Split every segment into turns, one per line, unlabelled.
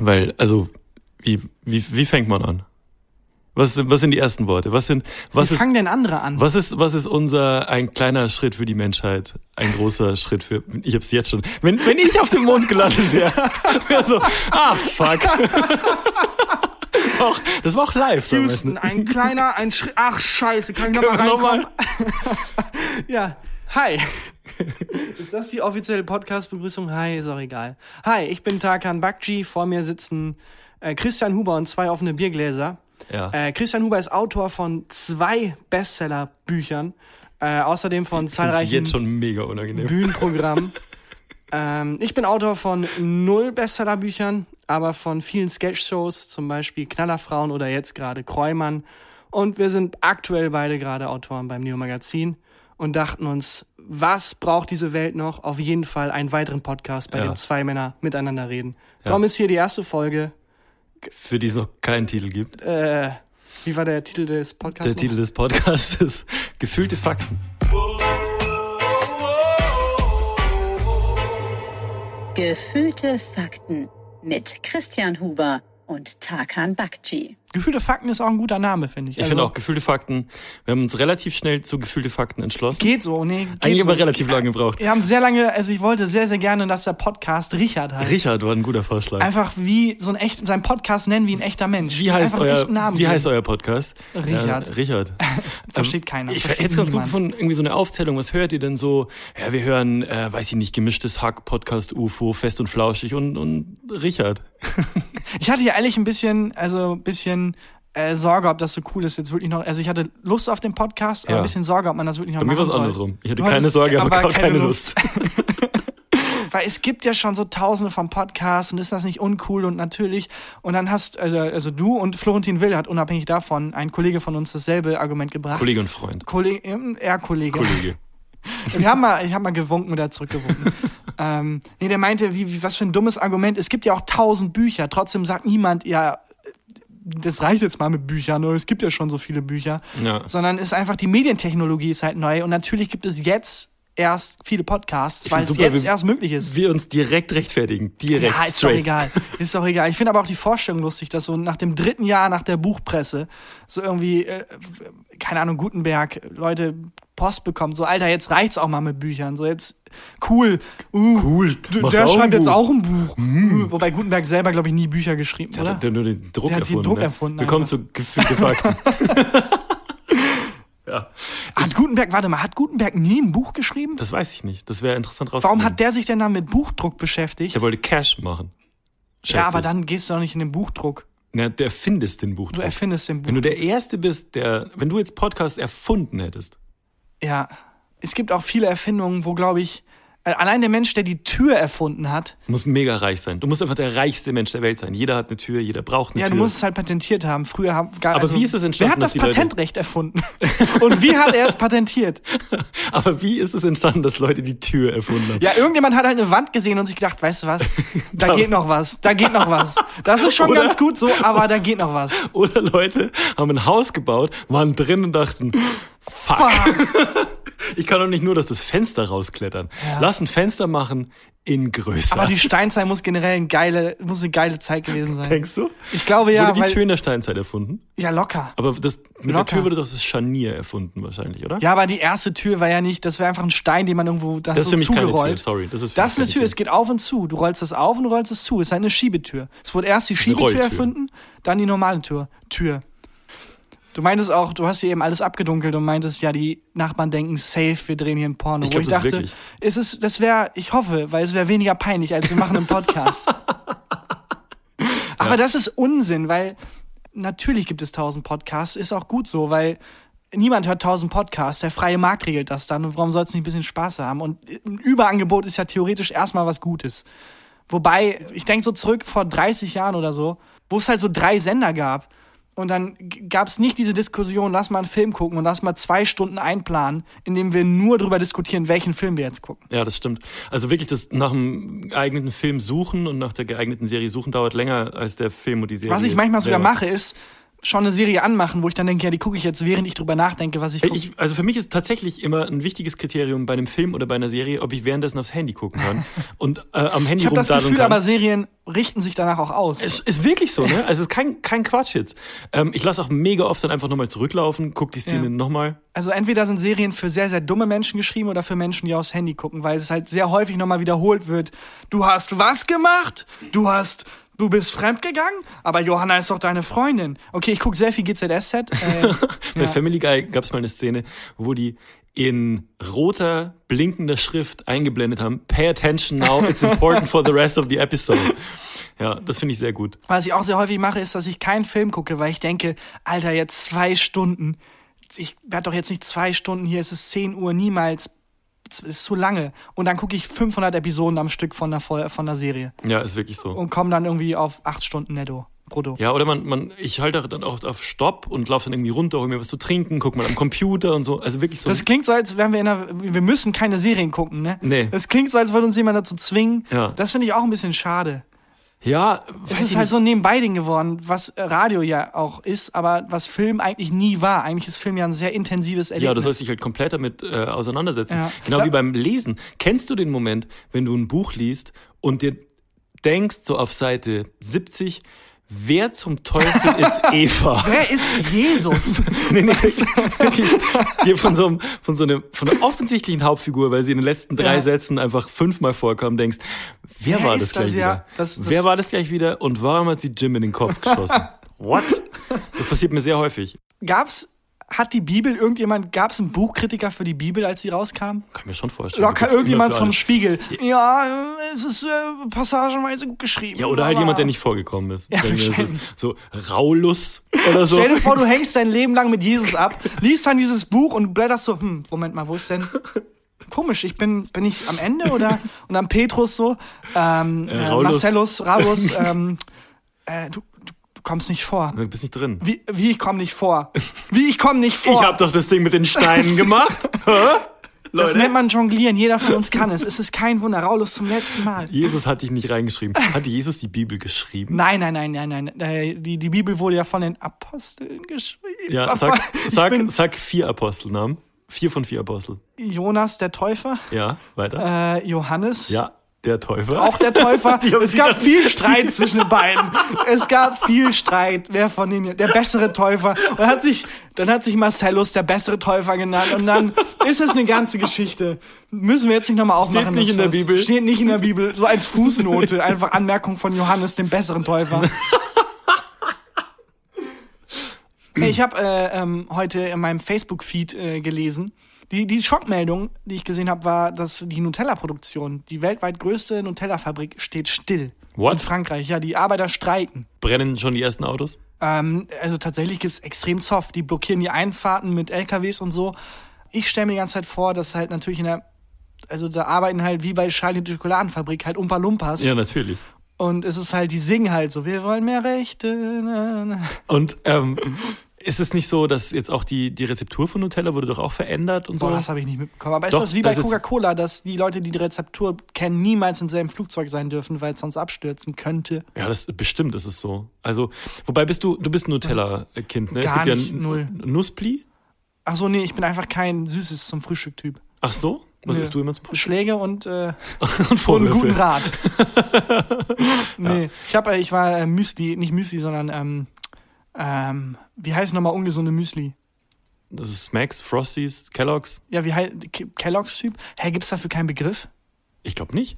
Weil, also, wie, wie, wie fängt man an? Was, sind- was sind die ersten Worte? Was sind, was
Wie
ist,
fangen denn andere an?
was ist, was ist unser, ein kleiner Schritt für die Menschheit? Ein großer Schritt für, ich hab's jetzt schon. Wenn, wenn ich auf dem Mond gelandet wäre, wäre so, ah, fuck. auch, das war auch live damals.
Houston,
Ne?
ein kleiner, ein Schritt. Ach, scheiße, kann ich nochmal
Können wir noch
reinkommen?
mal?
Ja. Hi. Ist das die offizielle Podcast-Begrüßung? Hi, ist auch egal. Hi, ich bin Tarkan Bakci. Vor mir sitzen äh, Christian Huber und zwei offene Biergläser.
Ja.
Äh, Christian Huber ist Autor von zwei Bestseller-Büchern. Äh, außerdem von
Das ist
zahlreichen
jetzt schon mega unangenehm.
Bühnenprogramm. ähm, ich bin Autor von null Bestsellerbüchern, aber von vielen Sketchshows, zum Beispiel Knallerfrauen oder jetzt gerade Kräumann. Und wir sind aktuell beide gerade Autoren beim Neo Magazin und dachten uns, was braucht diese Welt noch? Auf jeden Fall einen weiteren Podcast, bei
Ja.
dem zwei Männer miteinander reden. Darum ist hier die erste Folge.
Für die es noch keinen Titel gibt.
Äh, wie war der Titel des Podcasts?
Der Titel des Podcasts ist Gefühlte Fakten.
Gefühlte Fakten mit Christian Huber und Tarkan Bakci.
Gefühlte Fakten ist auch ein guter Name, finde ich. Also,
Ich finde auch Gefühlte Fakten. Wir haben uns relativ schnell zu Gefühlte Fakten entschlossen.
Geht so, nee. Geht
Eigentlich
so.
aber relativ lange gebraucht.
Wir haben sehr lange, also ich wollte sehr, sehr gerne, dass der Podcast Richard heißt.
Richard war ein guter Vorschlag.
Einfach wie so ein echt, seinen Podcast nennen wie ein echter Mensch.
wie heißt,
Einfach einen
euer,
echten Namen
wie
geben.
heißt euer Podcast?
Richard.
Ja, Richard.
Versteht keiner.
Ich
Versteht
hätte es ganz gut
niemand.
gefunden, irgendwie so eine Aufzählung. Was hört ihr denn so? Ja, wir hören, äh, weiß ich nicht, gemischtes Hack, Podcast UFO, fest und flauschig und, und Richard.
Ich hatte ja ehrlich ein bisschen, also ein bisschen äh, Sorge, ob das so cool ist jetzt wirklich noch. Also ich hatte Lust auf den Podcast, aber
Ja.
ein bisschen Sorge, ob man das wirklich noch
Bei mir
machen
war es
soll.
andersrum. Ich hatte
Du
keine
hattest
Sorge, aber, auch keine Lust.
Weil es gibt ja schon so tausende von Podcasts und ist das nicht uncool und natürlich. Und dann hast, also, also du und Florentin Will hat unabhängig davon, ein Kollege von uns dasselbe Argument gebracht.
Kollege und Freund.
Kollege, er Kollege.
Kollege.
Wir haben mal, ich habe mal gewunken oder zurückgewunken. ähm, nee, der meinte, wie, wie, was für ein dummes Argument. Es gibt ja auch tausend Bücher. Trotzdem sagt niemand, ja, das reicht jetzt mal mit Büchern. Oder es gibt ja schon so viele Bücher.
Ja.
Sondern ist einfach, die Medientechnologie ist halt neu. Und natürlich gibt es jetzt erst viele Podcasts, weil
find
es
super,
jetzt
wir-
erst möglich ist.
Wir uns direkt rechtfertigen. Direkt.
Ja, ist
straight.
doch egal. Ist doch egal. Ich finde aber auch die Vorstellung lustig, dass so nach dem dritten Jahr nach der Buchpresse so irgendwie, äh, keine Ahnung, Gutenberg, Leute Post bekommen. So, Alter, jetzt reicht's auch mal mit Büchern. So, jetzt cool. Uh,
Cool,
d-
machst
Der
auch ein
schreibt jetzt
Buch.
auch ein Buch. Uh, Wobei Gutenberg selber, glaube ich, nie Bücher geschrieben,
Der
oder?
hat ja nur den Druck
Der hat den
erfunden.
Druck
ne?
erfunden
Wir kommen
einfach.
zu Gefühlte Fakten. ja.
Hat Gutenberg, warte mal, hat Gutenberg nie ein Buch geschrieben?
Das weiß ich nicht. Das wäre interessant rauszufinden.
Warum hat der sich denn dann mit Buchdruck beschäftigt?
Der wollte Cash machen.
Ja, aber
ich.
dann gehst du doch nicht in den Buchdruck.
Na, der findest den Buch.
Du erfindest den Buch.
Wenn du der Erste bist, der, wenn du jetzt Podcast erfunden hättest.
Ja, es gibt auch viele Erfindungen, wo, glaube ich, äh, allein der Mensch, der die Tür erfunden hat,
Du musst mega reich sein. Du musst einfach der reichste Mensch der Welt sein. Jeder hat eine Tür, jeder braucht eine
ja,
Tür.
du musst es halt patentiert haben. Früher haben gar also
Aber wie ist es entstanden,
Wer hat
dass
das
die Leute-
Patentrecht erfunden? Und wie hat er es patentiert?
Aber wie ist es entstanden, dass Leute die Tür erfunden haben?
Ja, irgendjemand hat halt eine Wand gesehen und sich gedacht, weißt du was, da geht noch was, da geht noch was. Das ist schon
Oder?
ganz gut so, aber da geht noch was.
Oder Leute haben ein Haus gebaut, waren drin und dachten, fuck. Ich kann doch nicht nur, dass das Fenster rausklettern. Lass ein Fenster machen in größer.
Aber die Steinzeit muss generell eine geile, muss eine geile Zeit gewesen sein.
Denkst du?
Ich glaube ja,
Wurde die
weil-
Tür in der Steinzeit erfunden?
Ja, locker.
Aber das, mit
Locker.
der Tür wurde doch das Scharnier erfunden wahrscheinlich, oder?
Ja, aber die erste Tür war ja nicht, das wäre einfach ein Stein, den man irgendwo da
Das ist
so
für mich keine Tür,
zugerollt.
sorry. Das ist für
das ist
mich keine
eine Tür,
Tür.
es geht auf und zu. Du rollst das auf und du rollst es zu. Es ist halt eine Schiebetür. Es wurde erst die Schiebetür
Rolltür.
erfunden, dann die normale Tür. Tür. Du meintest auch, du hast hier eben alles abgedunkelt und meintest, ja, die Nachbarn denken, safe, wir drehen hier einen Porno.
Ich glaub,
Wo ich
das ist
dachte,
wirklich.
es ist, das wäre, ich hoffe, weil es wäre weniger peinlich, als wir machen einen Podcast. Aber das ist Unsinn, weil natürlich gibt es tausend Podcasts, ist auch gut so, weil niemand hört tausend Podcasts, der freie Markt regelt das dann und warum soll es nicht ein bisschen Spaß haben? Und ein Überangebot ist ja theoretisch erstmal was Gutes. Wobei, ich denke so zurück vor 30 Jahren oder so, wo es halt so drei Sender gab. Und dann gab es nicht diese Diskussion, lass mal einen Film gucken und lass mal zwei Stunden einplanen, indem wir nur darüber diskutieren, welchen Film wir jetzt gucken.
Ja, das stimmt. Also wirklich, das nach einem geeigneten Film suchen und nach der geeigneten Serie suchen dauert länger als der Film und die Serie.
Was ich manchmal sogar
selber.
mache, ist, schon eine Serie anmachen, wo ich dann denke, ja, die gucke ich jetzt, während ich drüber nachdenke, was ich gucke.
Ich, also für mich ist tatsächlich immer ein wichtiges Kriterium bei einem Film oder bei einer Serie, ob ich währenddessen aufs Handy gucken kann und äh, am Handy
Ich habe das
rumdadeln
Gefühl,
kann.
aber Serien richten sich danach auch aus.
Es ist wirklich so, ne? Also es ist kein, kein Quatsch jetzt. Ähm, ich lasse auch mega oft dann einfach nochmal zurücklaufen, guck die Szene
Ja.
nochmal.
Also entweder sind Serien für sehr, sehr dumme Menschen geschrieben oder für Menschen, die aufs Handy gucken, weil es halt sehr häufig nochmal wiederholt wird. Du hast was gemacht? Du hast. Du bist fremdgegangen, aber Johanna ist doch deine Freundin. Okay, ich gucke sehr viel GZSZ. Äh,
Bei Family Guy gab es mal eine Szene, wo die in roter, blinkender Schrift eingeblendet haben, pay attention now, it's important for the rest of the episode. Ja, das finde ich sehr gut.
was ich auch sehr häufig mache, ist, dass ich keinen Film gucke, weil ich denke, Alter, jetzt zwei Stunden. Ich werde doch jetzt nicht zwei Stunden hier, es ist 10 Uhr, niemals. Es ist zu lange. Und dann gucke ich 500 Episoden am Stück von der, Fol- von der Serie
Ja, ist wirklich so.
und komme dann irgendwie auf acht Stunden netto. Brutto.
Ja, oder man, man ich halte auch dann auch auf Stopp und laufe dann irgendwie runter, hol mir was zu trinken, guck mal am Computer und so. Also wirklich so.
Das klingt so, als wären wir in einer. Wir müssen keine Serien gucken, ne?
Nee.
Das klingt so, als würde uns jemand dazu zwingen.
Ja.
Das finde ich auch ein bisschen schade.
ja,
Es
weiß
ist
ich
halt
nicht.
so ein Nebenbei-Ding geworden, was äh, Radio ja auch ist, aber was Film eigentlich nie war. Eigentlich ist Film ja ein sehr intensives Erlebnis.
Ja, du sollst dich halt komplett damit äh, auseinandersetzen.
Ja.
Genau
Da-
wie beim Lesen. Kennst du den Moment, wenn du ein Buch liest und dir denkst, so auf Seite 70, wer zum Teufel ist Eva?
Wer ist Jesus?
nee, nee, wirklich. Dir von so, einem, von so einer, von einer offensichtlichen Hauptfigur, weil sie in den letzten drei
Ja.
Sätzen einfach fünfmal vorkam, denkst, wer,
Wer
war das
ist
gleich
das?
wieder?
Ja, das- das-
wer war das gleich wieder und warum hat sie Jim in den Kopf geschossen? What? Das passiert mir sehr häufig.
gab's, hat die Bibel irgendjemand, gab's einen Buchkritiker für die Bibel, als sie rauskam?
Kann ich mir schon vorstellen.
Locker
Gibt's immer
irgendjemand
für
vom
alles.
Spiegel. Ja, äh, es ist äh, passagenweise gut geschrieben.
Ja, oder halt
aber-
jemand, der nicht vorgekommen ist.
Ja,
Wenn das
wahrscheinlich.
ist so Raulus oder so.
Stell dir vor, du hängst dein Leben lang mit Jesus ab, liest dann dieses Buch und blätterst so, hm, Moment mal, wo ist denn? Komisch, ich bin, bin ich am Ende oder? Und dann Petrus so, ähm, äh,
Raulus.
Marcellus, Raulus, ähm, äh, du, du, du kommst nicht vor.
Du bist nicht drin.
Wie, wie ich komm nicht vor? Wie ich komm nicht vor?
Ich hab doch das Ding mit den Steinen gemacht. Hä?
das
Leute.
nennt man Jonglieren, jeder von uns kann es. Es ist kein Wunder, Raulus zum letzten Mal.
Jesus hat dich nicht reingeschrieben. Hat Jesus die Bibel geschrieben?
Nein, nein, nein, nein, nein. Äh, Die, die Bibel wurde ja von den Aposteln geschrieben.
Ja,
Aber
sag,
ich
sag,
bin
sag vier Apostelnamen. Vier von vier Aposteln.
Jonas der Täufer,
Ja, weiter.
äh, Johannes.
Ja, der Teufel.
auch der Täufer.
Die haben
es
sie
gab
dann-
viel Streit zwischen den beiden. Es gab viel Streit, wer von denen der bessere Täufer. Und dann hat sich, dann hat sich Marcellus der bessere Täufer genannt und dann ist es eine ganze Geschichte. Müssen wir jetzt nicht nochmal aufmachen.
nicht
das
in der
Fass.
Bibel.
Steht nicht in der Bibel. So als Fußnote, einfach Anmerkung von Johannes, dem besseren Täufer. Hey, ich habe äh, ähm, heute in meinem Facebook-Feed äh, gelesen, die, die Schockmeldung, die ich gesehen habe, war, dass die Nutella-Produktion, die weltweit größte Nutella-Fabrik, steht still.
What?
In Frankreich, ja, die Arbeiter streiken.
Brennen schon die ersten Autos?
Ähm, also tatsächlich gibt's extrem soft. Die blockieren die Einfahrten mit LKWs und so. Ich stelle mir die ganze Zeit vor, dass halt natürlich in der, also da arbeiten halt wie bei Charlie und die Schokoladenfabrik halt Umpa Lumpas.
Ja, natürlich.
Und es ist halt, die singen halt so, wir wollen mehr Rechte. na, na.
Und ähm, ist es nicht so, dass jetzt auch die, die Rezeptur von Nutella wurde doch auch verändert und
Boah,
so?
das habe ich nicht mitbekommen. Aber
Doch,
ist das wie bei
das ist-
Coca-Cola, dass die Leute, die die Rezeptur kennen, niemals im selben Flugzeug sein dürfen, weil es sonst abstürzen könnte?
Ja, das bestimmt ist es so. Also, wobei bist du, du bist ein Nutella-Kind, ne?
Gar
es gibt ja
nicht,
N-
null.
Nusspli.
Ach so, nee, ich bin einfach kein süßes zum Frühstück-Typ.
Ach so? Was
Nö.
isst du immer zum Frühstück?
Schläge und, äh,
Und
und einen guten
Vorwürfe.
Rat. nee, ich, hab, äh, ich war äh, Müsli, nicht Müsli, sondern, ähm, ähm, wie heißt nochmal ungesunde Müsli?
Das ist Smacks, Frosties, Kellogg's.
Ja, wie heißt, Ke- Kellogg's-Typ? Hä, gibt's dafür keinen Begriff?
Ich glaube nicht.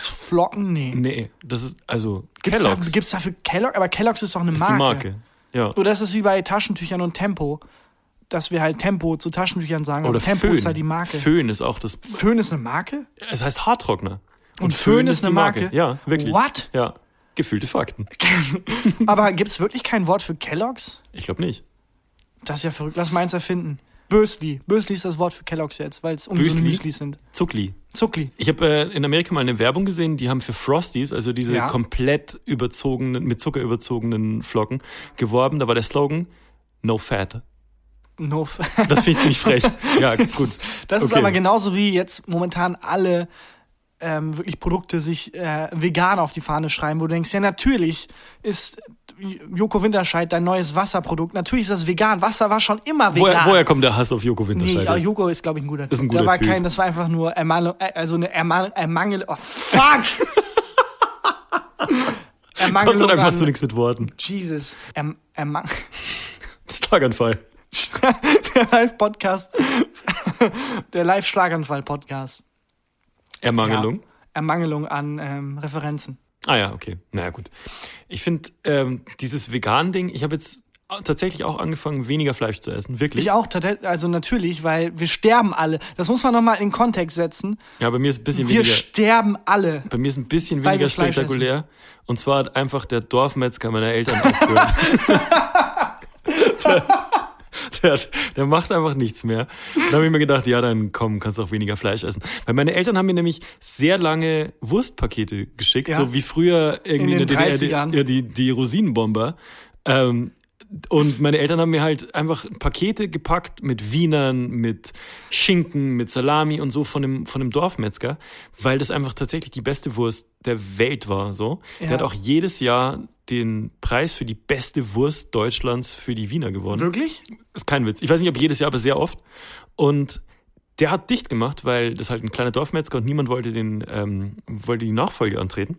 Frühstücksflocken? Nee.
Nee, das ist, also,
Gibt's,
Kellogg's.
Da, gibt's dafür Kellogg? Aber Kellogg's ist doch eine
ist
Marke.
die Marke. Ja.
Oder ist es wie bei Taschentüchern und Tempo, dass wir halt Tempo zu Taschentüchern sagen,
Oder
aber Tempo
Föhn.
ist halt die Marke. Föhn,
Föhn ist auch das.
ist eine Marke?
Es heißt Haartrockner.
Und Föhn ist eine
die
Marke?
Ja, wirklich.
What?
Ja. Gefühlte Fakten.
Aber gibt es wirklich kein Wort für Kellogg's?
Ich glaube nicht.
Das ist ja verrückt. Lass meins erfinden. Bösli. Bösli ist das Wort für Kellogg's jetzt, weil es ungesunde
Bösli?
Müsli sind.
Zuckli.
Zuckli.
Ich habe äh, in Amerika mal eine Werbung gesehen, die haben für Frosties, also diese
Ja.
komplett überzogenen, mit Zucker überzogenen Flocken, geworben. Da war der Slogan No Fat.
No.
Das finde ich ziemlich frech. Ja, gut.
Das ist
Okay.
aber genauso wie jetzt momentan alle ähm, wirklich Produkte sich äh, vegan auf die Fahne schreiben, wo du denkst, ja natürlich ist Joko Winterscheid dein neues Wasserprodukt. Natürlich ist das vegan. Wasser war schon immer vegan.
Woher, woher kommt der Hass auf Joko
Nee,
Winterscheid?
ja, Joko ist, glaube ich, ein guter Typ.
Ist ein guter
da war
Typ.
kein, das war einfach nur Ermahnung, äh, also eine Ermahnung, Ermangel, oh fuck!
Gott sei
Ermangelung
Dank hast du
an-
nichts mit Worten.
Jesus. Erm, Ermang
Schlaganfall.
der Live-Podcast, der Live-Schlaganfall-Podcast.
Ermangelung.
Ja. Ermangelung an ähm, Referenzen.
Ah ja, okay. Naja, gut. Ich finde, ähm, dieses Vegan-Ding, ich habe jetzt tatsächlich auch angefangen, weniger Fleisch zu essen. Wirklich.
Ich auch, tate- also natürlich, weil wir sterben alle. Das muss man nochmal in Kontext setzen.
Ja, bei mir ist ein bisschen
Wir
weniger.
sterben alle.
Bei mir ist ein bisschen
Weil wir
weniger
Fleisch
spektakulär. Und zwar hat einfach der Dorfmetzger meiner Eltern aufgehört. der, der, hat, der macht einfach nichts mehr. Dann habe ich mir gedacht, ja, dann komm, kannst auch weniger Fleisch essen. Weil meine Eltern haben mir nämlich sehr lange Wurstpakete geschickt,
Ja.
so wie früher irgendwie
In
in,
den
der DDR
30ern.
die, ja, die, die Rosinenbomber. Ähm, und meine Eltern haben mir halt einfach Pakete gepackt mit Wienern, mit Schinken, mit Salami und so von dem, von dem Dorfmetzger, weil das einfach tatsächlich die beste Wurst der Welt war. So.
Ja.
Der hat auch jedes Jahr den Preis für die beste Wurst Deutschlands für die Wiener gewonnen.
Wirklich?
Ist kein Witz. Ich weiß nicht, ob jedes Jahr, aber sehr oft. Und der hat dicht gemacht, weil das halt ein kleiner Dorfmetzger und niemand wollte, den, ähm, wollte die Nachfolge antreten.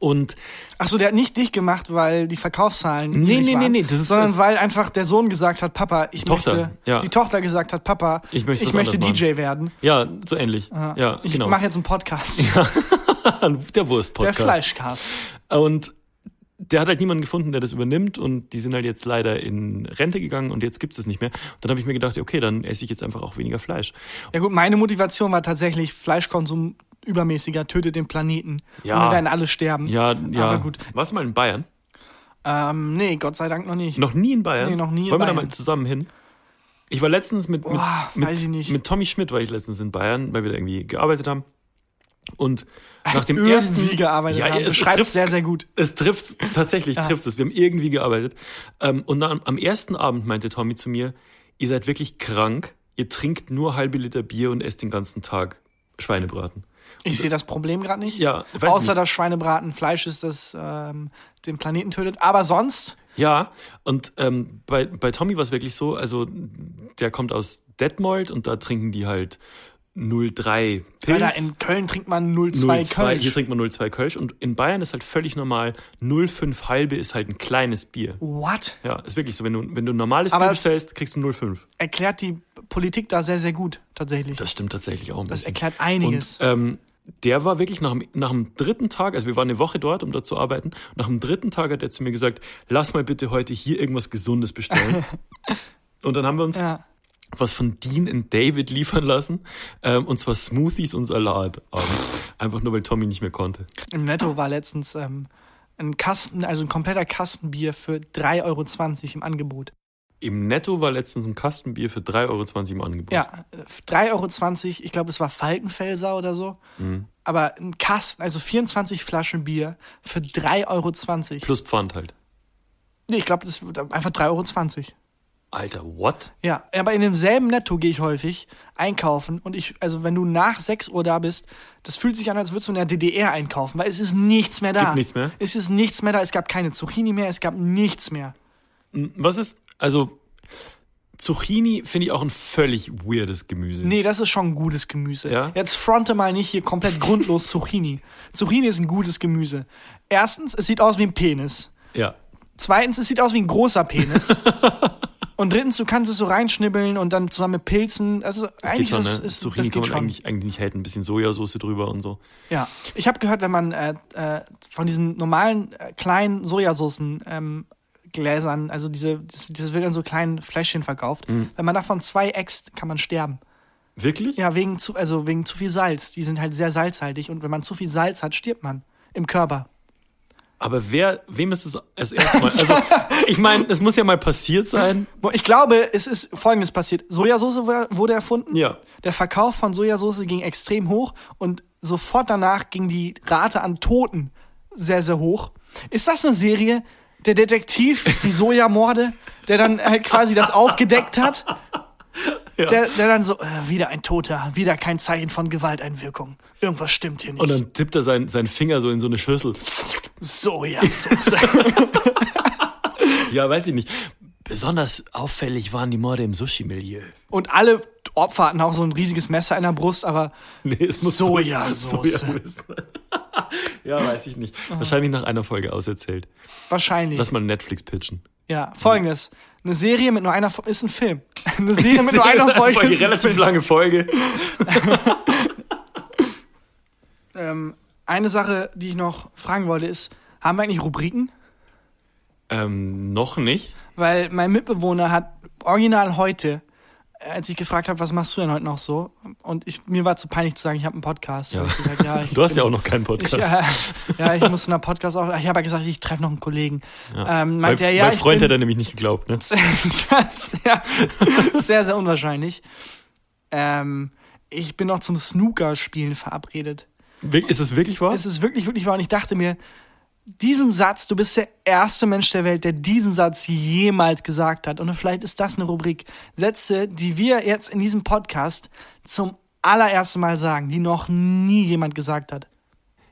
Und
Achso, der hat nicht dich gemacht, weil die Verkaufszahlen.
Nee,
niedrig
nee, nee,
waren,
nee, das ist-
sondern
das-
weil einfach der Sohn gesagt hat, Papa, ich
Tochter,
möchte.
ja.
Die Tochter gesagt hat, Papa,
Ich möchte was anderes
DJ werden.
ja, so ähnlich. Ja,
ich
genau. oh
mache jetzt einen Podcast.
der
der
Wurst-Podcast.
Fleischcast.
Und der hat halt niemanden gefunden, der das übernimmt und die sind halt jetzt leider in Rente gegangen und jetzt gibt es es nicht mehr. Und dann habe ich mir gedacht, okay, dann esse ich jetzt einfach auch weniger Fleisch.
Ja gut, meine Motivation war tatsächlich Fleischkonsum übermäßiger, tötet den Planeten.
Ja.
Und wir werden alle sterben.
Ja, ja.
Aber gut.
Warst du mal in Bayern?
Ähm, nee, Gott sei Dank noch nicht.
Noch nie in Bayern?
Nee, noch nie in
Wollen wir da
Bayern.
mal zusammen hin? Ich war letztens mit,
Boah,
mit,
weiß ich nicht.
mit, mit Tommy Schmidt war ich letztens in Bayern, weil wir da irgendwie gearbeitet haben. Und nach dem
Irgendwie
ersten
gearbeitet haben. Beschreibt's
trifft's-
sehr, sehr gut.
Es trifft tatsächlich trifft es. Wir haben irgendwie gearbeitet. Ähm, und dann, am ersten Abend meinte Tommy zu mir: Ihr seid wirklich krank. Ihr trinkt nur halbe Liter Bier und esst den ganzen Tag Schweinebraten.
Ich sehe das Problem gerade nicht.
Ja, weiß ich
Außer
nicht.
dass Schweinebraten Fleisch ist, das ähm, den Planeten tötet. Aber sonst,
Ja, und ähm, bei, bei Tommy war es wirklich so, also der kommt aus Detmold und da trinken die halt 03 Pilz.
Alter, in Köln trinkt man 02,
0,2,
Köln.
hier trinkt man 0,2 Kölsch und in Bayern ist halt völlig normal, 0,5 halbe ist halt ein kleines Bier.
What?
Ja, ist wirklich so, wenn du, wenn du ein normales
Aber
Bier
das-
bestellst, kriegst du 0,5.
Erklärt die Politik da sehr, sehr gut, tatsächlich.
Das stimmt tatsächlich auch ein
Das
bisschen.
erklärt einiges.
Und ähm, der war wirklich nach dem, nach dem dritten Tag, also wir waren eine Woche dort, um dort zu arbeiten. Nach dem dritten Tag hat er zu mir gesagt, lass mal bitte heute hier irgendwas Gesundes bestellen. und dann haben wir uns
ja.
was von Dean und David liefern lassen. Ähm, und zwar Smoothies und Salat. abends. Einfach nur, weil Tommy nicht mehr konnte.
Im Netto war letztens ähm, ein Kasten, also ein kompletter Kastenbier für 3,20 Euro im Angebot.
Im Netto war letztens ein Kastenbier für 3,20 Euro im Angebot.
Ja, äh, 3,20 Euro, ich glaube, es war Falkenfelser oder so. Aber ein Kasten, also 24 Flaschen Bier für 3,20 Euro.
Plus Pfand halt.
Nee, ich glaube, das ist einfach 3,20 Euro.
Alter, what?
Ja, aber in demselben Netto gehe ich häufig einkaufen und ich, also wenn du nach 6 Uhr da bist, das fühlt sich an, als würdest du in der DDR einkaufen, weil es ist nichts mehr da.
Gibt nichts mehr?
Es ist nichts mehr da, es gab keine Zucchini mehr, es gab nichts mehr.
Was ist, also Zucchini finde ich auch ein völlig weirdes Gemüse.
Nee, das ist schon ein gutes Gemüse.
Ja?
Jetzt fronte mal nicht hier komplett grundlos Zucchini. Zucchini ist ein gutes Gemüse. Erstens, es sieht aus wie ein Penis.
Ja.
Zweitens, es sieht aus wie ein großer Penis. und drittens, du kannst es so reinschnibbeln und dann zusammen mit Pilzen. Also
Geht
eigentlich
schon, ne?
ist, ist
Zucchini
das
kann man
geht schon.
eigentlich, eigentlich nicht halten. Ein bisschen Sojasauce drüber und so.
Ja, ich habe gehört, wenn man äh, äh, von diesen normalen äh, kleinen Sojasoßen ähm, Gläsern, also diese, das, das wird in so kleinen Fläschchen verkauft. Wenn man davon zwei äxt, kann man sterben.
Wirklich?
Ja, wegen zu, also wegen zu viel Salz. Die sind halt sehr salzhaltig und wenn man zu viel Salz hat, stirbt man im Körper.
Aber wer, wem ist es das erste Mal? Also, ich meine, es muss ja mal passiert sein.
Wo- Ich glaube, es ist Folgendes passiert. Sojasauce wu- wurde erfunden.
Ja.
Der Verkauf von Sojasauce ging extrem hoch und sofort danach ging die Rate an Toten sehr, sehr hoch. Ist das eine Serie? Der äh, Detektiv, die Sojamorde, der dann halt quasi das aufgedeckt hat?
Ja.
Der, der dann so, äh, wieder ein Toter, wieder kein Zeichen von Gewalteinwirkung. Irgendwas stimmt hier nicht.
Und dann tippt er seinen, seinen Finger so in so eine Schüssel.
so, ja, so. so.
Ja, weiß ich nicht. Besonders auffällig waren die Morde im Sushi-Milieu.
Und alle Opfer hatten auch so ein riesiges Messer in der Brust, aber
Nee, es
Sojasauce.
Sojamist. ja, weiß ich nicht. Wahrscheinlich nach einer Folge auserzählt.
wahrscheinlich.
Lass mal Netflix pitchen.
ja, folgendes. Eine Serie mit nur einer Fo- ist ein Film. Eine Serie mit nur einer Folge ist ein
relativ
Film.
lange Folge.
Ähm, eine Sache, die ich noch fragen wollte, ist, haben wir eigentlich Rubriken?
Ähm, noch nicht.
Weil mein Mitbewohner hat original heute, äh, als ich gefragt habe, was machst du denn heute noch so? Und ich, mir war zu peinlich zu sagen, ich habe einen Podcast.
Ja.
Hab Ich gesagt, ja, ich
Du hast
bin-
ja auch noch keinen
Ich,
Podcast.
äh, ja, ich muss in einem Podcast auch. Ich habe ja gesagt, ich treffe noch einen Kollegen.
Ja.
Ähm, meint
mein
er, ja,
mein
ich
Freund
bin-
hat er nämlich nicht geglaubt. Ne?
sehr, sehr, sehr unwahrscheinlich. Ähm, ich bin noch zum Snooker-Spielen verabredet.
Wir- Ist es wirklich wahr?
Es ist wirklich, wirklich wahr. Und ich dachte mir, diesen Satz, du bist der erste Mensch der Welt, der diesen Satz jemals gesagt hat. Und vielleicht ist das eine Rubrik. Sätze, die wir jetzt in diesem Podcast zum allerersten Mal sagen, die noch nie jemand gesagt hat.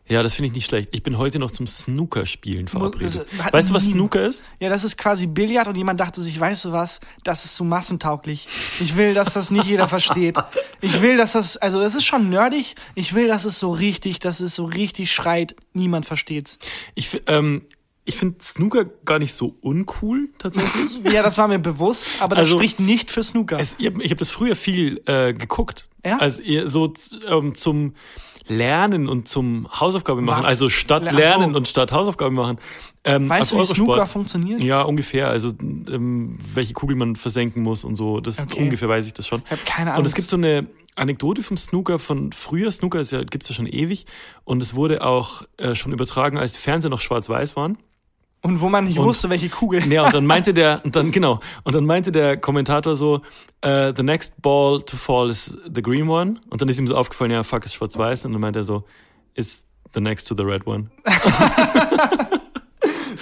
ja, das finde ich nicht schlecht. Ich bin heute noch zum Snooker-Spielen verabredet.
das hat
Weißt du, was
nie-
Snooker ist?
Ja, das ist quasi Billard und jemand dachte sich, weißt du was, das ist zu massentauglich. Ich will, dass das nicht jeder versteht. Ich will, dass das, also das ist schon nerdig. Ich will, dass es so richtig, dass es so richtig schreit, niemand versteht's.
Ich, fi- ähm, ich finde Snooker gar nicht so uncool tatsächlich.
Ja, das war mir bewusst, aber das
Also-
spricht nicht für Snooker.
Es, ich habe hab das früher viel äh, geguckt.
Ja?
Also ihr- so z- ähm, zum Lernen und zum Hausaufgabe machen.
Was?
Also statt
Ach so.
Lernen und statt Hausaufgabe machen. Ähm,
weißt du,
auf
wie Snooker
Eurosport.
funktioniert?
Ja, ungefähr. Also ähm, welche Kugel man versenken muss und so. Das
Okay.
ungefähr weiß ich das schon.
Ich habe keine Ahnung.
Und es gibt so eine Anekdote vom Snooker von früher. Snooker ist ja, gibt's ja schon ewig. Und es wurde auch äh, schon übertragen, als die Fernseher noch schwarz-weiß waren.
und wo man nicht
Und-
wusste, welche Kugel.
Ja, und dann meinte der, und dann, genau, und dann meinte der Kommentator so, äh, the next ball to fall is the green one. Und dann ist ihm so aufgefallen, ja, fuck, ist schwarz-weiß. Und dann meinte er so, is the next to the red one.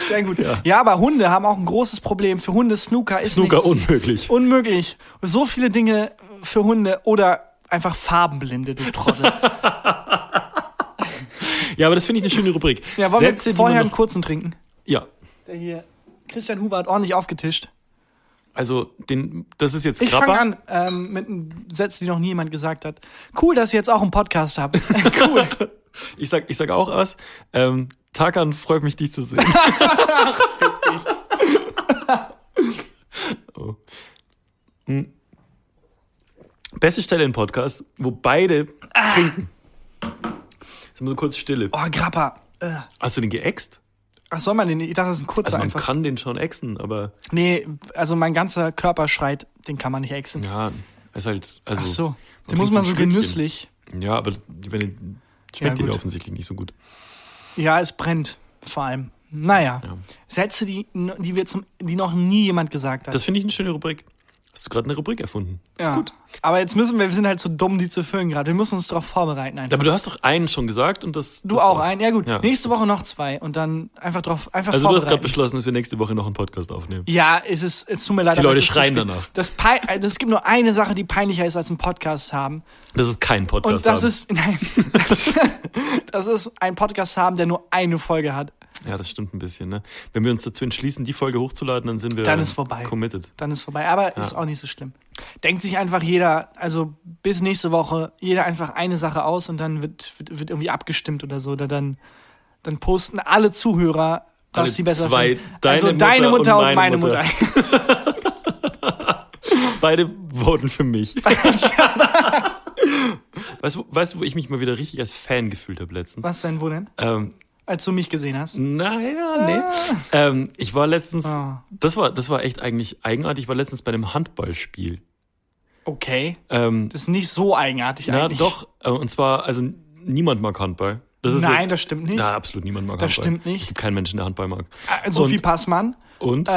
Sehr gut. Ja. aber Hunde haben auch ein großes Problem. Für Hunde Snooker ist
Snooker
nix.
unmöglich.
Unmöglich. So viele Dinge für Hunde oder einfach farbenblinde, du Trottel.
Ja, aber das finde ich eine schöne Rubrik.
Ja, wollen
Sätze,
wir
die man
vorher einen
noch,
kurzen trinken?
ja,
Der hier, Christian Huber hat ordentlich aufgetischt.
also, den, das ist jetzt
Ich
Grappa.
fange an ähm, mit einem Satz, den noch nie jemand gesagt hat. Cool, dass ihr jetzt auch einen Podcast habt. cool.
Ich sag, ich sag auch was. Ähm, Takan, freut mich, dich zu sehen. oh. Hm. Beste Stelle im Podcast, wo beide trinken. Jetzt haben wir so kurz Stille.
Oh, Grappa. Äh,
Hast du den geäxt?
ach, soll man den? Ich dachte, das ist ein kurzer
Also man
einfach.
kann den schon äxten, aber
Nee, also mein ganzer Körper schreit, den kann man nicht ächzen.
ja, ist halt. Also,
Ach so.
man
Den muss
trinkt
man
ein
so
Schlückchen.
genüsslich.
Ja, aber wenn, den- schmeckt
Ja,
dir
gut.
offensichtlich nicht so gut.
Ja, es brennt vor allem. Naja.
Ja.
Sätze, die, die wir zum, die noch nie jemand gesagt hat.
Das finde ich eine schöne Rubrik. Hast du gerade eine Rubrik erfunden? Ist
ja.
gut.
Aber jetzt müssen wir, wir sind halt zu dumm, die zu füllen gerade. Wir müssen uns darauf vorbereiten einfach.
Aber du hast doch einen schon gesagt und das.
Du
das
auch
war's.
einen? Ja, gut.
Ja.
Nächste Woche noch zwei und dann einfach drauf, einfach
Also du hast gerade
vorbereiten.
beschlossen, dass wir nächste Woche noch einen Podcast aufnehmen.
ja, es ist, es tut mir leid.
Die
aber
Leute
es ist zu
schreien
spät.
danach.
Das pei äh, es gibt nur eine Sache, die peinlicher ist als ein Podcast haben.
Das ist kein Podcast.
Und das
haben.
ist, nein, das, das ist ein Podcast haben, der nur eine Folge hat.
Ja, das stimmt ein bisschen. Ne? Wenn wir uns dazu entschließen, die Folge hochzuladen, dann sind wir
Dann ist vorbei.
committed.
Dann ist vorbei. Aber ist auch nicht so schlimm. Denkt sich einfach jeder, also bis nächste Woche, jeder einfach eine Sache aus und dann wird, wird, wird irgendwie abgestimmt oder so. Oder dann, dann posten alle Zuhörer, was
Alle
sie besser
zwei.
finden.
Deine
also
Mutter
deine
und
Mutter und
meine
meine,
Mutter.
Mutter.
Beide voten für mich. weißt, du, weißt du, wo ich mich mal wieder richtig als Fan gefühlt habe letztens?
Was denn, wo denn?
Ähm,
Als du mich gesehen hast?
naja, nee. Ähm, ich war letztens,
Ah.
das, war, das war echt eigentlich eigenartig, ich war letztens bei einem Handballspiel.
Okay.
Ähm,
Das ist nicht so eigenartig
na
eigentlich.
doch, äh, und zwar, also niemand mag Handball. Das ist
Nein,
ja-
das stimmt nicht.
Na, absolut niemand mag
Das
Handball.
stimmt nicht.
Es gibt keinen Menschen, der Handball mag.
Äh, Sophie
Und-
Passmann.
Und?
Äh,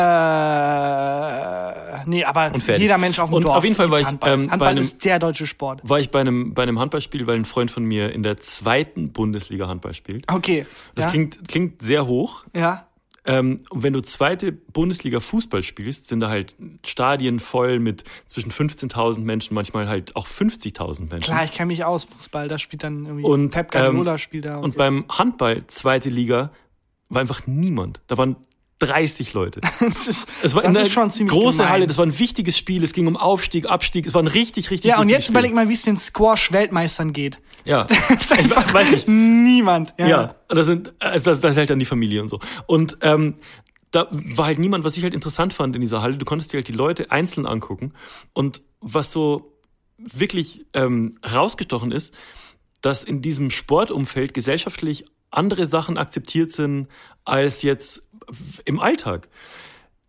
nee, aber
fertig.
jeder Mensch auf dem
Und
Dorf.
auf jeden Fall war
liebt
ich,
Handball.
ähm, bei
Handball
einem-
ist der deutsche Sport.
war ich bei einem, bei einem Handballspiel, weil ein Freund von mir in der zweiten Bundesliga Handball spielt.
Okay.
Das
ja?
klingt, klingt sehr hoch,
ja.
Ähm, und wenn du zweite Bundesliga Fußball spielst, sind da halt Stadien voll mit zwischen 15.000 Menschen, manchmal halt auch 50.000 Menschen.
Klar, ich kenne mich aus, Fußball, da spielt dann irgendwie
Hm. Und,
Pep
ähm,
Guardiola spielt da.
und
Und, so.
beim Handball zweite Liga war einfach niemand. Da waren 30 Leute.
das ist,
Es war
das
eine
ist schon ziemlich
große
gemein.
Halle, das war ein wichtiges Spiel, es ging um Aufstieg, Abstieg, es war ein richtig, richtig
ja, und
wichtiges
jetzt überleg
Spiel.
mal, wie es den Squash-Weltmeistern geht.
Ja,
Das ist einfach
ich weiß nicht.
niemand.
Ja, das sind, also das, das ist halt dann die Familie und so. Und ähm, da war halt niemand, was ich halt interessant fand in dieser Halle. Du konntest dir halt die Leute einzeln angucken. Und was so wirklich ähm, rausgestochen ist, dass in diesem Sportumfeld gesellschaftlich andere Sachen akzeptiert sind als jetzt im Alltag.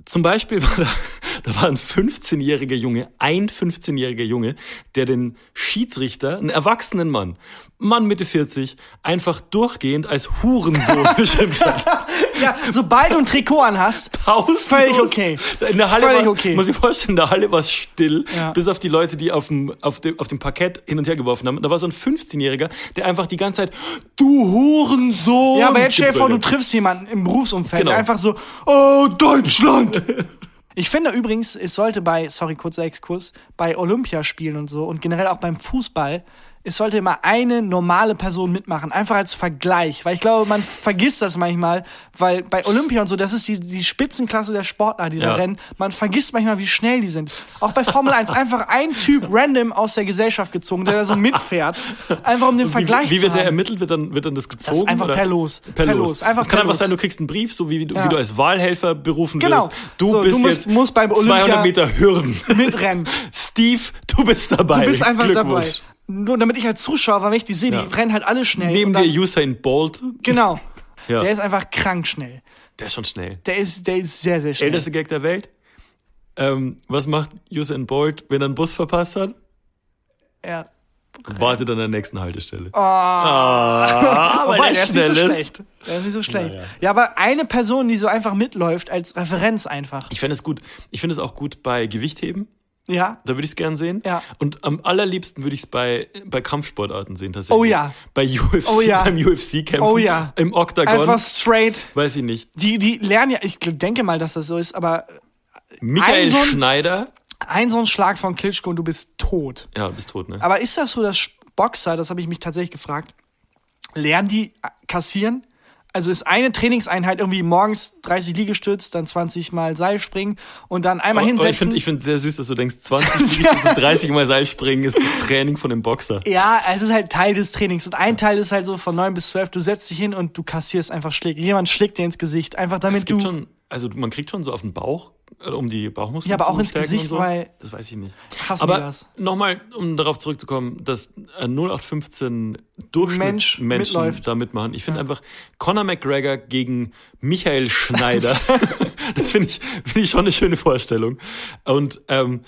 Zum Beispiel war da, da war ein 15-jähriger Junge, ein 15-jähriger Junge, der den Schiedsrichter, einen erwachsenen Mann, Mann Mitte 40, einfach durchgehend als Hurensohn beschimpft hat.
Ja, sobald du ein Trikot anhast,
Pausenlos.
Völlig okay.
In der Halle
Völlig
war's,
okay.
muss ich vorstellen, in der Halle war es still,
Ja.
bis auf die Leute, die auf dem, auf, dem, auf dem Parkett hin und her geworfen haben. Und da war so ein 15-jähriger, der einfach die ganze Zeit, du Hurensohn!
Ja, aber jetzt stell dir vor, du
gebrüllt hat.
triffst jemanden im Berufsumfeld,
Genau.
der einfach so, oh, Deutschland! Ich finde übrigens, es sollte bei, sorry, kurzer Exkurs, bei Olympiaspielen und so und generell auch beim Fußball, es sollte immer eine normale Person mitmachen, einfach als Vergleich, weil ich glaube, man vergisst das manchmal, weil bei Olympia und so, das ist die, die Spitzenklasse der Sportler, die
Ja.
da rennen, man vergisst manchmal, wie schnell die sind. Auch bei Formel 1 einfach ein Typ random aus der Gesellschaft gezogen, der da so mitfährt, einfach um den Vergleich
wie, wie
zu
wird der
haben.
ermittelt? Wird dann, wird dann das gezogen?
einfach
oder?
per Los.
Per
Per
Los.
Los, einfach
es kann
per
einfach
Los.
sein, du kriegst einen Brief, so wie, du- wie
Ja.
du als Wahlhelfer berufen
Genau.
wirst. Du
So,
bist
du musst-
jetzt
musst beim Olympia-
200 Meter Hürden.
mitrennen.
Steve, du bist dabei.
Du bist einfach dabei.
Glückwunsch.
Nur damit ich als Zuschauer, weil wenn ich die sehe,
Ja.
die rennen halt alle schnell.
Neben
und dann,
dir Usain Bolt.
Genau.
Ja.
Der ist einfach krank schnell.
Der ist schon schnell.
Der ist, der ist sehr, sehr schnell.
Älteste Gag der Welt. Ähm, was macht Usain Bolt, wenn er einen Bus verpasst hat?
ja.
Wartet an der nächsten Haltestelle.
Aber
Ah, weil
Wobei,
er
der Oh, ist nicht
schnell
so
ist.
schlecht. Der ist nicht so schlecht.
Naja.
Ja, aber eine Person, die so einfach mitläuft, als Referenz einfach.
Ich fände es gut. Ich finde es auch gut bei Gewichtheben.
Ja.
Da würde ich es gern sehen.
Ja.
Und am allerliebsten würde ich es bei, bei Kampfsportarten sehen tatsächlich.
Oh ja.
Bei UFC,
Oh ja.
beim UFC-Kämpfen.
Oh ja.
Im Oktagon.
Einfach straight.
Weiß ich nicht.
Die, die lernen ja, ich denke mal, dass das so ist, aber
Michael
Ein so ein-
Schneider.
ein so ein Schlag von Klitschko und du bist tot.
Ja, du bist tot, ne?
Aber ist das so, dass Boxer, das habe ich mich tatsächlich gefragt, lernen die äh, kassieren? Also ist eine Trainingseinheit irgendwie morgens 30 Liegestütz, dann 20 mal Seilspringen und dann einmal
Aber- aber ich
hinsetzen?
finde ich find sehr süß, dass du denkst, 20 Liegestütze, 30 Mal Seilspringen ist das Training von dem Boxer.
ja, es ist halt Teil des Trainings. Und ein Teil ist halt so von 9 bis 12, du setzt dich hin und du kassierst einfach Schläge. Jemand schlägt dir ins Gesicht, einfach damit
Es gibt
du...
schon, also man kriegt schon so auf den Bauch, äh, um die Bauchmuskeln
Ja, aber
zu
auch ins
stärken
Gesicht,
und so.
weil-
Das weiß ich nicht.
Hassen die
aber
das.
nochmal, um darauf zurückzukommen, dass äh, 0815 Durchschnittsmenschen
Mensch mitläuft.
da mitmachen. Ich finde einfach Conor McGregor gegen Michael Schneider. das finde ich, finde ich schon eine schöne Vorstellung. Und ähm,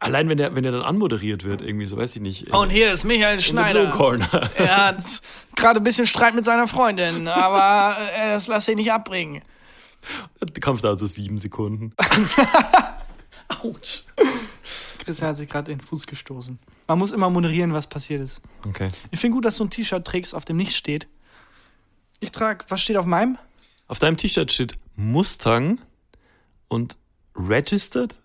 allein wenn er wenn der dann anmoderiert wird, irgendwie, so weiß ich nicht.
Und hier ist Michael
in the Blue
Oh, Schneider.
Corner.
Er hat gerade ein bisschen Streit mit seiner Freundin, aber äh, das lass ihn nicht abbringen.
Der Kampf dauert so sieben Sekunden. Autsch.
Christian hat sich gerade in den Fuß gestoßen. Man muss immer moderieren, was passiert ist.
Okay.
Ich finde gut, dass du ein T-Shirt trägst, auf dem nichts steht. Ich trage, was steht auf meinem?
Auf deinem T-Shirt steht Mustang und Registered?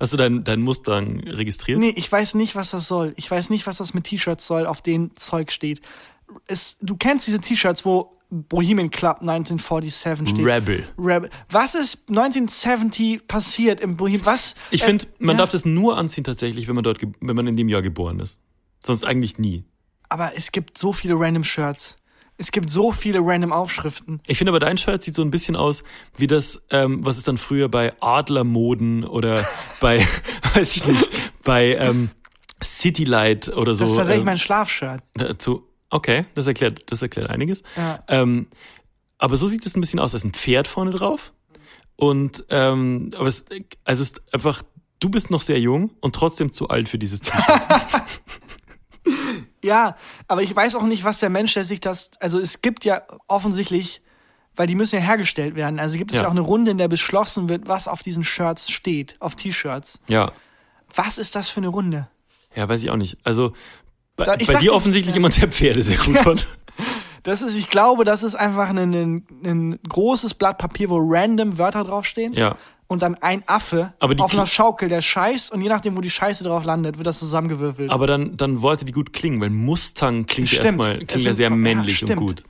Hast du deinen dein Mustang registriert?
Nee, ich weiß nicht, was das soll. Ich weiß nicht, was das mit T-Shirts soll, auf denen Zeug steht. Es, du kennst diese T-Shirts, wo Bohemian Club 1947 steht.
Rebel.
Rebel. Was ist 1970 passiert im Bohemian? Was?
Ich
Äh,
finde, man
ja.
darf das nur anziehen tatsächlich, wenn man dort, ge- wenn man in dem Jahr geboren ist. Sonst eigentlich nie.
Aber es gibt so viele random Shirts. Es gibt so viele random Aufschriften.
Ich finde aber dein Shirt sieht so ein bisschen aus wie das, ähm, was es dann früher bei Adlermoden oder bei, weiß ich nicht, bei ähm, Citylight oder so.
Das ist tatsächlich
ähm,
mein Schlafshirt.
dazu. Okay, das erklärt, das erklärt einiges.
Ja.
Ähm, aber so sieht es ein bisschen aus. Da ist ein Pferd vorne drauf. Und ähm, aber es, also es ist einfach, du bist noch sehr jung und trotzdem zu alt für dieses T-Shirt.
Ja, aber ich weiß auch nicht, was der Mensch, der sich das. Also es gibt ja offensichtlich, weil die müssen ja hergestellt werden. Also gibt es ja,
Ja.
auch eine Runde, in der beschlossen wird, was auf diesen Shirts steht, auf T-Shirts.
ja.
Was ist das für eine Runde?
Ja, weiß ich auch nicht. Also bei,
Da- ich
bei
sag
dir
dir-
offensichtlich
ja.
jemand, der Pferde sehr gut fand.
Das ist, ich glaube, das ist einfach ein, ein, ein großes Blatt Papier, wo random Wörter draufstehen.
Ja.
Und dann ein Affe
Aber die
auf einer
Kli-
Schaukel, der scheißt. Und je nachdem, wo die Scheiße drauf landet, wird das zusammengewürfelt.
Aber dann, dann wollte die gut klingen, weil Mustang klingt ja
Stimmt.
erstmal
Es
klingt ja
sind-
sehr
ja,
männlich und
stimmt.
gut.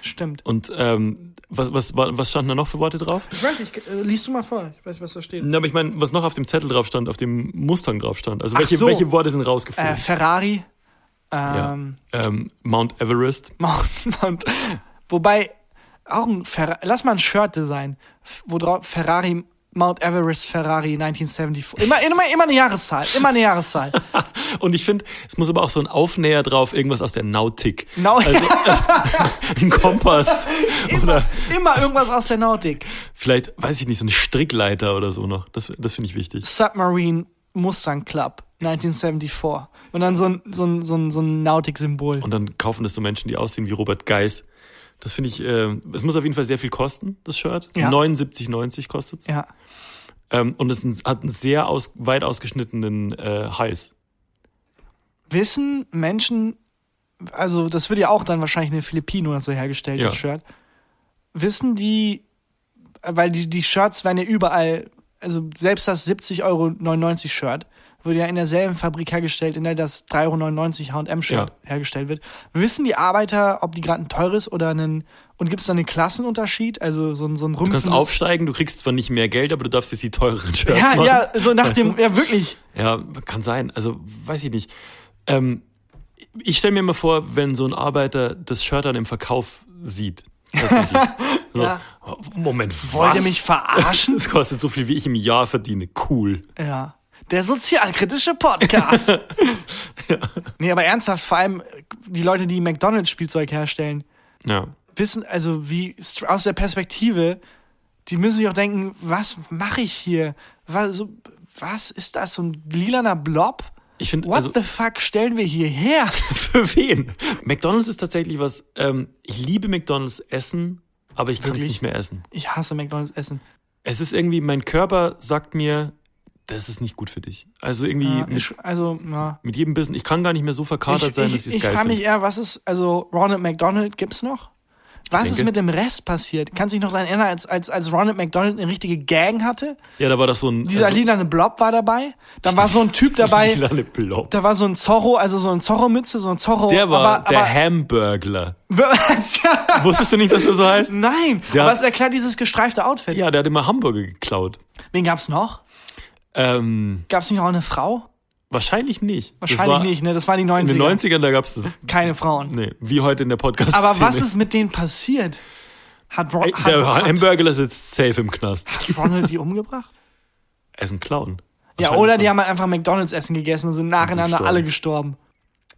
Stimmt.
Und ähm, was, was, wa- was standen da noch für Worte drauf?
Ich weiß nicht, äh, liest du mal vor. Ich weiß nicht, was da steht.
Na, aber ich meine, was noch auf dem Zettel drauf stand, auf dem Mustang drauf stand. Also welche,
so.
welche Worte sind rausgefallen?
Äh, Ferrari.
ja.
Ähm,
ähm, Mount Everest.
Mount, Mount. Wobei, auch ein Ferra lass mal ein Shirt design, f- wo drauf Ferrari, Mount Everest Ferrari 1974. Immer, immer, immer eine Jahreszahl, immer eine Jahreszahl.
Und ich finde, es muss aber auch so ein Aufnäher drauf, irgendwas aus der Nautik.
Nau-
Also, also ein Kompass.
immer, immer irgendwas aus der Nautik.
Vielleicht, weiß ich nicht, so eine Strickleiter oder so noch. Das, das finde ich wichtig.
Submarine Mustang Club 1974. Und dann so ein, so ein, so ein, so ein Nautik-Symbol.
Und dann kaufen das so Menschen, die aussehen wie Robert Geis. Das finde ich, äh, es muss auf jeden Fall sehr viel kosten, das Shirt.
Ja.
79,90 kostet es.
Ja.
Ähm, und es hat einen sehr aus, weit ausgeschnittenen äh, Hals.
Wissen Menschen, also das wird ja auch dann wahrscheinlich eine Filipino oder so hergestellt,
Ja.
das Shirt. Wissen die, weil die, die Shirts werden ja überall, also selbst das 70,99 Euro Shirt wird ja in derselben Fabrik hergestellt, in der das 3,99 Euro H&M-Shirt
Ja.
hergestellt wird. Wissen die Arbeiter, ob die gerade ein teures oder einen, und gibt es da einen Klassenunterschied? Also so ein, so ein
Du kannst
rümpfendes-
aufsteigen, du kriegst zwar nicht mehr Geld, aber du darfst jetzt die teureren Shirts
Ja,
machen.
ja, so nach
Weißt
dem, ja wirklich.
Ja, kann sein. Also, weiß ich nicht. Ähm, ich stelle mir immer vor, wenn so ein Arbeiter das Shirt dann im Verkauf sieht. Tatsächlich. so,
Ja.
Moment, was?
Wollt ihr mich verarschen?
Das kostet so viel, wie ich im Jahr verdiene. Cool.
Ja. Der sozialkritische Podcast. Nee, aber ernsthaft, vor allem die Leute, die McDonalds-Spielzeug herstellen,
Ja.
wissen, also wie str- aus der Perspektive, die müssen sich auch denken, was mache ich hier? Was, so, was ist das? So ein lilaner Blob?
Ich finde,
What
also,
the fuck stellen wir hier her?
für wen? McDonalds ist tatsächlich was, ähm, ich liebe McDonalds Essen, aber ich kann es
Wirklich?
nicht mehr essen.
Ich hasse McDonalds-Essen.
Es ist irgendwie, mein Körper sagt mir, das ist nicht gut für dich. Also irgendwie
Ja,
mit,
ich- also, ja.
mit jedem Bissen, ich kann gar nicht mehr so verkatert
ich,
sein,
ich,
dass ich es
ich
geil
frage
finde.
mich eher, was ist, also Ronald McDonald gibt's noch? Was
denke-
ist mit dem Rest passiert? Kannst du dich noch daran erinnern, als, als, als Ronald McDonald eine richtige Gang hatte?
Ja, da war doch so ein.
Dieser
also-
lilane Blob war dabei. Dann war so ein Typ dabei,
Lilane Blob.
da war so ein Zorro, also so ein Zorro-Mütze, so ein Zorro.
Der war
aber,
der
aber,
Hamburgler.
Ja,
Wusstest du nicht, dass er so heißt?
Nein,
Der-
aber es erklärt dieses gestreifte Outfit.
Ja, der hat immer Hamburger geklaut.
Wen gab's noch?
Ähm,
Gab's nicht noch eine Frau?
wahrscheinlich nicht. Das
Wahrscheinlich
war
nicht, ne? Das waren die 90er.
In den 90ern, da gab es das.
Keine Frauen.
Nee, wie heute in der podcast
Aber was ist mit denen passiert? Hat, Ron,
Ey,
hat,
Der
hat,
Hamburgler sitzt safe im Knast.
hat Ronald die umgebracht?
Er ist ein Clown.
Ja, oder die haben halt einfach McDonalds-Essen gegessen und sind nacheinander
gestorben.
alle gestorben.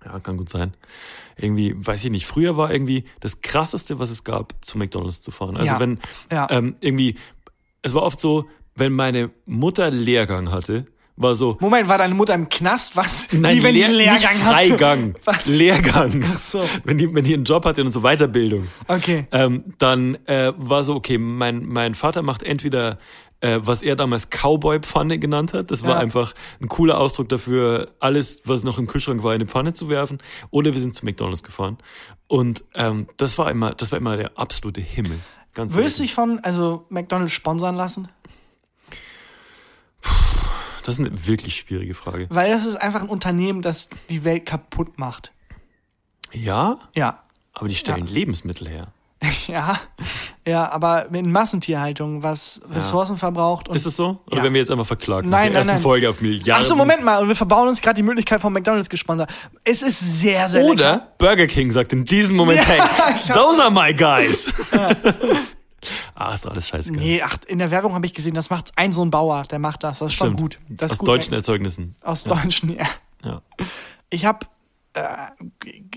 Ja, kann gut sein. Irgendwie, weiß ich nicht. Früher war irgendwie das Krasseste, was es gab, zu McDonalds zu fahren. Also
Ja.
wenn
Ja.
ähm, irgendwie, es war oft so, wenn meine Mutter Lehrgang hatte, war so,
Moment, war deine Mutter im Knast? Was?
Nein,
Wie wenn
Lehr
die Lehrgang
nicht
hatte?
Freigang.
Was?
Lehrgang.
Ach so.
Wenn die, wenn die einen Job hatte und so Weiterbildung,
Okay.
ähm, dann äh, war so, okay, mein, mein Vater macht entweder, äh, was er damals Cowboy-Pfanne genannt hat, das war
Ja.
einfach ein cooler Ausdruck dafür, alles, was noch im Kühlschrank war, in eine Pfanne zu werfen, oder wir sind zu McDonalds gefahren. Und ähm, das war immer, das war immer der absolute Himmel. Ganz
Würdest du
ehrlich.
dich von, also McDonalds sponsern lassen?
Das ist eine wirklich schwierige Frage.
Weil das ist einfach ein Unternehmen, das die Welt kaputt macht.
Ja,
Ja.
aber die stellen Lebensmittel her.
ja. Ja, aber in Massentierhaltung, was Ressourcen verbraucht und.
Ist es so? Oder
Ja.
werden wir jetzt einmal verklagt? nach der
Nein, nein,
ersten
nein.
Folge auf Milliarden.
Ach so, Moment mal, und wir verbauen uns gerade die Möglichkeit von McDonalds gesponsert. Es ist sehr, sehr lecker.
Oder Burger King sagt in diesem Moment, hey, those are my guys. ah, ist doch alles scheißegal.
Nee, ach, in der Werbung habe ich gesehen, das macht ein so ein Bauer, der macht das. Das ist
Stimmt.
schon gut. Das
Aus
ist gut
deutschen Erzeugnissen.
Aus Deutschen, ja.
Ja.
Ich habe äh,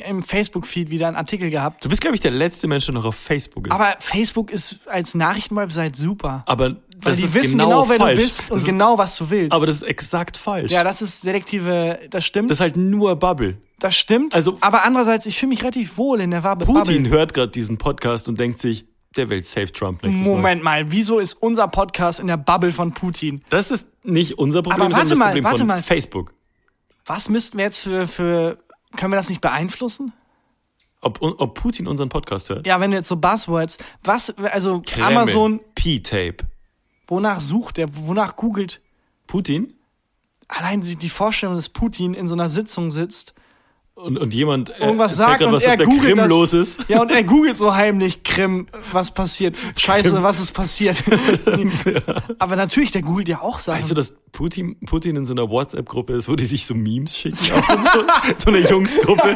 im Facebook-Feed wieder einen Artikel gehabt.
Du bist, glaube ich, der letzte Mensch, der noch auf Facebook ist.
Aber Facebook ist als Nachrichtenwebsite super.
aber
Weil
das
die
ist
wissen
genau,
genau, wer
falsch.
du bist und
das
genau, was du willst.
ist, aber das ist exakt falsch.
ja, das ist selektive, das stimmt.
das
Das,
ist halt nur Bubble.
stimmt.
also-
aber andererseits, ich fühle mich relativ wohl in der Wabe.
Putin
Bubble.
hört gerade diesen Podcast und denkt sich, der will safe Trump nächstes Mal.
Moment mal, wieso ist unser Podcast in der Bubble von Putin?
Das ist nicht unser Problem,
Aber
sondern
warte
das
mal,
Problem
warte
von
mal.
Facebook.
Was müssten wir jetzt für, für. Können wir das nicht beeinflussen?
Ob, ob Putin unseren Podcast hört?
Ja, wenn du jetzt so Buzzwords, was, also
Kreml,
Amazon,
P-Tape.
wonach sucht er, wonach googelt,
Putin?
allein die die Vorstellung, dass Putin in so einer Sitzung sitzt,
Und, und jemand äh,
irgendwas
erzählt
sagt
grad,
und
was
er
auf der
googelt
Krim
das.
los ist.
Ja, und er googelt so heimlich, Krim, was passiert? Scheiße, was ist passiert? Aber natürlich, der googelt ja auch Sachen.
Weißt du, dass Putin, Putin in so einer WhatsApp-Gruppe ist, wo die sich so Memes schicken? Auch in so, so eine Jungsgruppe.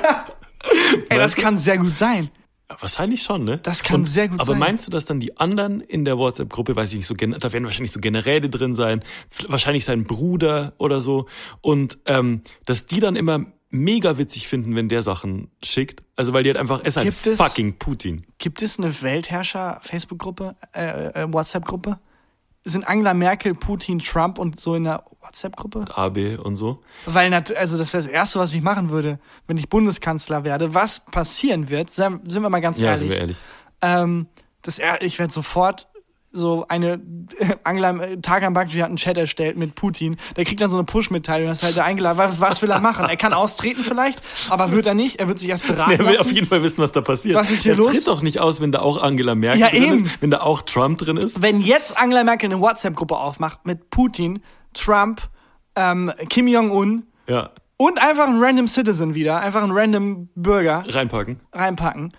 Ey, das kann sehr gut sein.
Ja, Wahrscheinlich schon, ne?
Das kann sehr gut
aber
sein.
Aber meinst du, dass dann die anderen in der WhatsApp-Gruppe, weiß ich nicht, so gen- da werden wahrscheinlich so Generäle drin sein, f- wahrscheinlich sein Bruder oder so, und ähm, dass die dann immer mega witzig finden, wenn der Sachen schickt? Also weil die halt einfach, es ist ein
Gibt es-
fucking Putin.
Gibt es eine Weltherrscher-Facebook-Gruppe, äh, äh, WhatsApp-Gruppe? Sind Angela Merkel, Putin, Trump und so in der WhatsApp-Gruppe?
AB und so.
Weil, nat- also das wäre das Erste, was ich machen würde, wenn ich Bundeskanzler werde. Was passieren wird, seien- sind wir mal ganz
Ja,
ehrlich.
sind wir ehrlich.
Ähm, das, er- ich werde sofort so eine Angela äh, Tarkan Bakji hat einen Chat erstellt mit Putin. Der kriegt dann so eine Push-Mitteilung, das ist halt der eingeladen. Was, was will er machen? Er kann austreten vielleicht, aber wird er nicht. Er wird sich erst beraten.
Er will auf
lassen.
jeden Fall wissen, was da passiert.
Was ist hier
er
los?
tritt doch nicht aus, wenn da auch Angela Merkel
Ja,
drin
eben.
ist, wenn da auch Trump drin ist.
Wenn jetzt Angela Merkel eine WhatsApp-Gruppe aufmacht mit Putin, Trump, ähm, Kim Jong-un
Ja,
und einfach einen random Citizen wieder, einfach einen random Bürger
reinpacken.
reinpacken,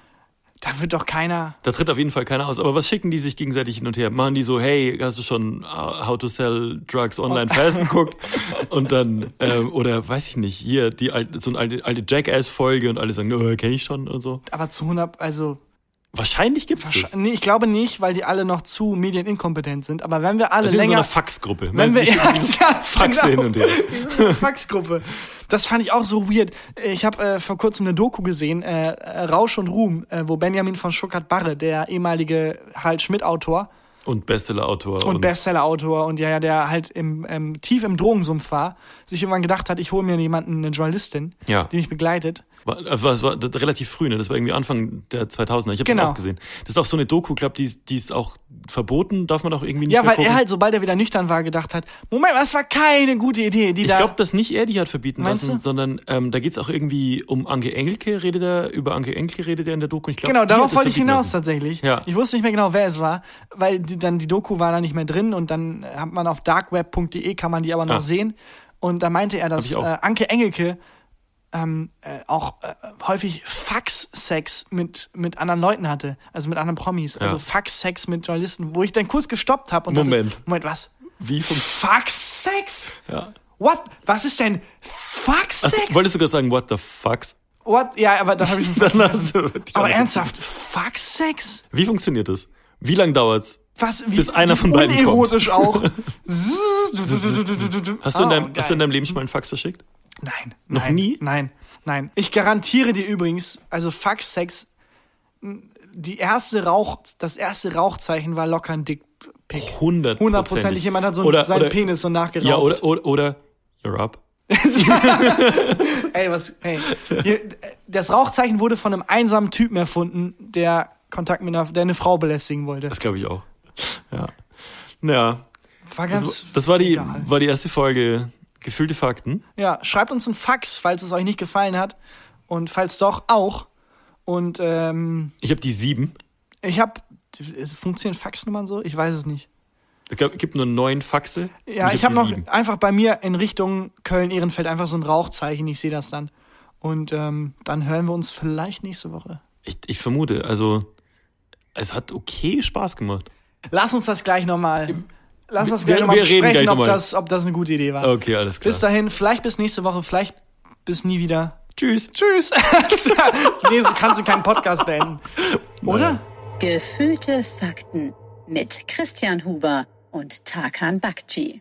da wird doch keiner.
Da tritt auf jeden Fall keiner aus. Aber was schicken die sich gegenseitig hin und her? Machen die so, hey, hast du schon äh, How to Sell Drugs online fast geguckt? Und dann, ähm, oder weiß ich nicht, hier die alte, so eine alte, alte Jackass-Folge und alle sagen, oh, kenne ich schon und so.
Aber zu 100, also
Wahrscheinlich gibt's
Wahrsch-
das.
Nee, ich glaube nicht, weil die alle noch zu medieninkompetent sind. Aber wenn wir alle
Das ist in so
länger.
einer Faxgruppe.
wenn wir
Meinst du, die schicken
Ja,
Faxe
genau.
hin und her.
Faxgruppe. Das fand ich auch so weird. Ich habe äh, vor kurzem eine Doku gesehen, äh, äh, Rausch und Ruhm, äh, wo Benjamin von Schuckert-Barre, der ehemalige Harald Schmidt-Autor
Und Bestseller-Autor.
und, Bestseller-Autor und ja, ja, der halt im, ähm, tief im Drogensumpf war, sich irgendwann gedacht hat, ich hole mir jemanden, eine Journalistin,
Ja.
die mich begleitet.
War, äh, war, war das relativ früh, ne? Das war irgendwie Anfang der 2000er. Ich habe
Genau.
auch gesehen. Das ist auch so eine Doku, glaube die, ist- die ist auch verboten, darf man auch irgendwie nicht
Ja,
mehr
weil
gucken.
er halt, sobald er wieder nüchtern war, gedacht hat, Moment, das war keine gute Idee, die
Ich
da...
glaube, dass nicht er die hat verbieten
Meinst
lassen,
du?
sondern ähm, da geht's auch irgendwie um Anke Engelke, redet er, über Anke Engelke redet er in der Doku. Ich glaub,
Genau,
die hat
darauf
das
wollte ich
verbieten
hinaus
lassen.
tatsächlich.
Ja.
Ich wusste nicht mehr genau, wer es war, weil die, dann die Doku war da nicht mehr drin und dann hat man auf darkweb.de kann man die aber noch
Ah.
sehen. Und da meinte er, dass
ich
äh,
auch.
Anke Engelke ähm, äh, auch äh, häufig Fax-Sex mit, mit anderen Leuten hatte, also mit anderen Promis. Also
Ja.
Fax-Sex mit Journalisten, wo ich dann kurz gestoppt habe und
Moment.
dachte, Moment, was?
Wie vom
Fax-Sex?
ja.
What? Was ist denn
Ach,
Fax-Sex?
Also, Wolltest du gerade sagen, what the fucks?
What? Ja, aber da habe ich
Dann hast du wirklich
Aber
alles-
ernsthaft, Fax-Sex?
Wie funktioniert das? Wie lang dauert's?
Was, wie,
Bis einer
wie
von beiden kommt.
unerotisch auch.
Hast du, in deinem,
Oh,
hast du in
geil.
deinem Leben schon mal einen Fax verschickt?
Nein.
Noch
nein,
nie?
Nein, nein. Ich garantiere dir übrigens, also Faxsex, die erste Rauch, das erste Rauchzeichen war locker ein Dickpick.
Oh, Hundertprozentig.
Hundertprozentig jemand hat so
oder,
seinen
oder,
Penis so nachgeraucht.
Ja, oder, oder, oder you're up.
Ey, was, hey. Hier, Das Rauchzeichen wurde von einem einsamen Typen erfunden, der Kontakt mit einer, der eine Frau belästigen wollte.
Das glaube ich auch. Ja. Naja,
war
das, das war, die,
egal.
war die erste Folge Gefühlte Fakten.
Ja, schreibt uns ein Fax, falls es euch nicht gefallen hat. Und falls doch, auch. Und ähm,
Ich habe die sieben.
ich habe. Funktionieren Faxnummern so? Ich weiß es nicht.
Es gab- gibt nur neun Faxe.
Ja,
und
ich habe
die
noch
sieben.
einfach bei mir in Richtung Köln-Ehrenfeld einfach so ein Rauchzeichen. Ich sehe das dann. Und ähm, dann hören wir uns vielleicht nächste Woche.
Ich, ich vermute, also es hat okay Spaß gemacht.
Lass uns das gleich nochmal. Lass uns
wir-
gleich nochmal
wir reden
besprechen,
gleich noch
ob
mal.
das, ob das eine gute Idee war.
Okay, alles klar.
Bis dahin, vielleicht bis nächste Woche, vielleicht bis nie wieder.
Tschüss.
Tschüss. nee, so kannst du keinen Podcast beenden. Oder?
Nein.
Gefühlte Fakten mit Christian Huber und Tarkan Bakci.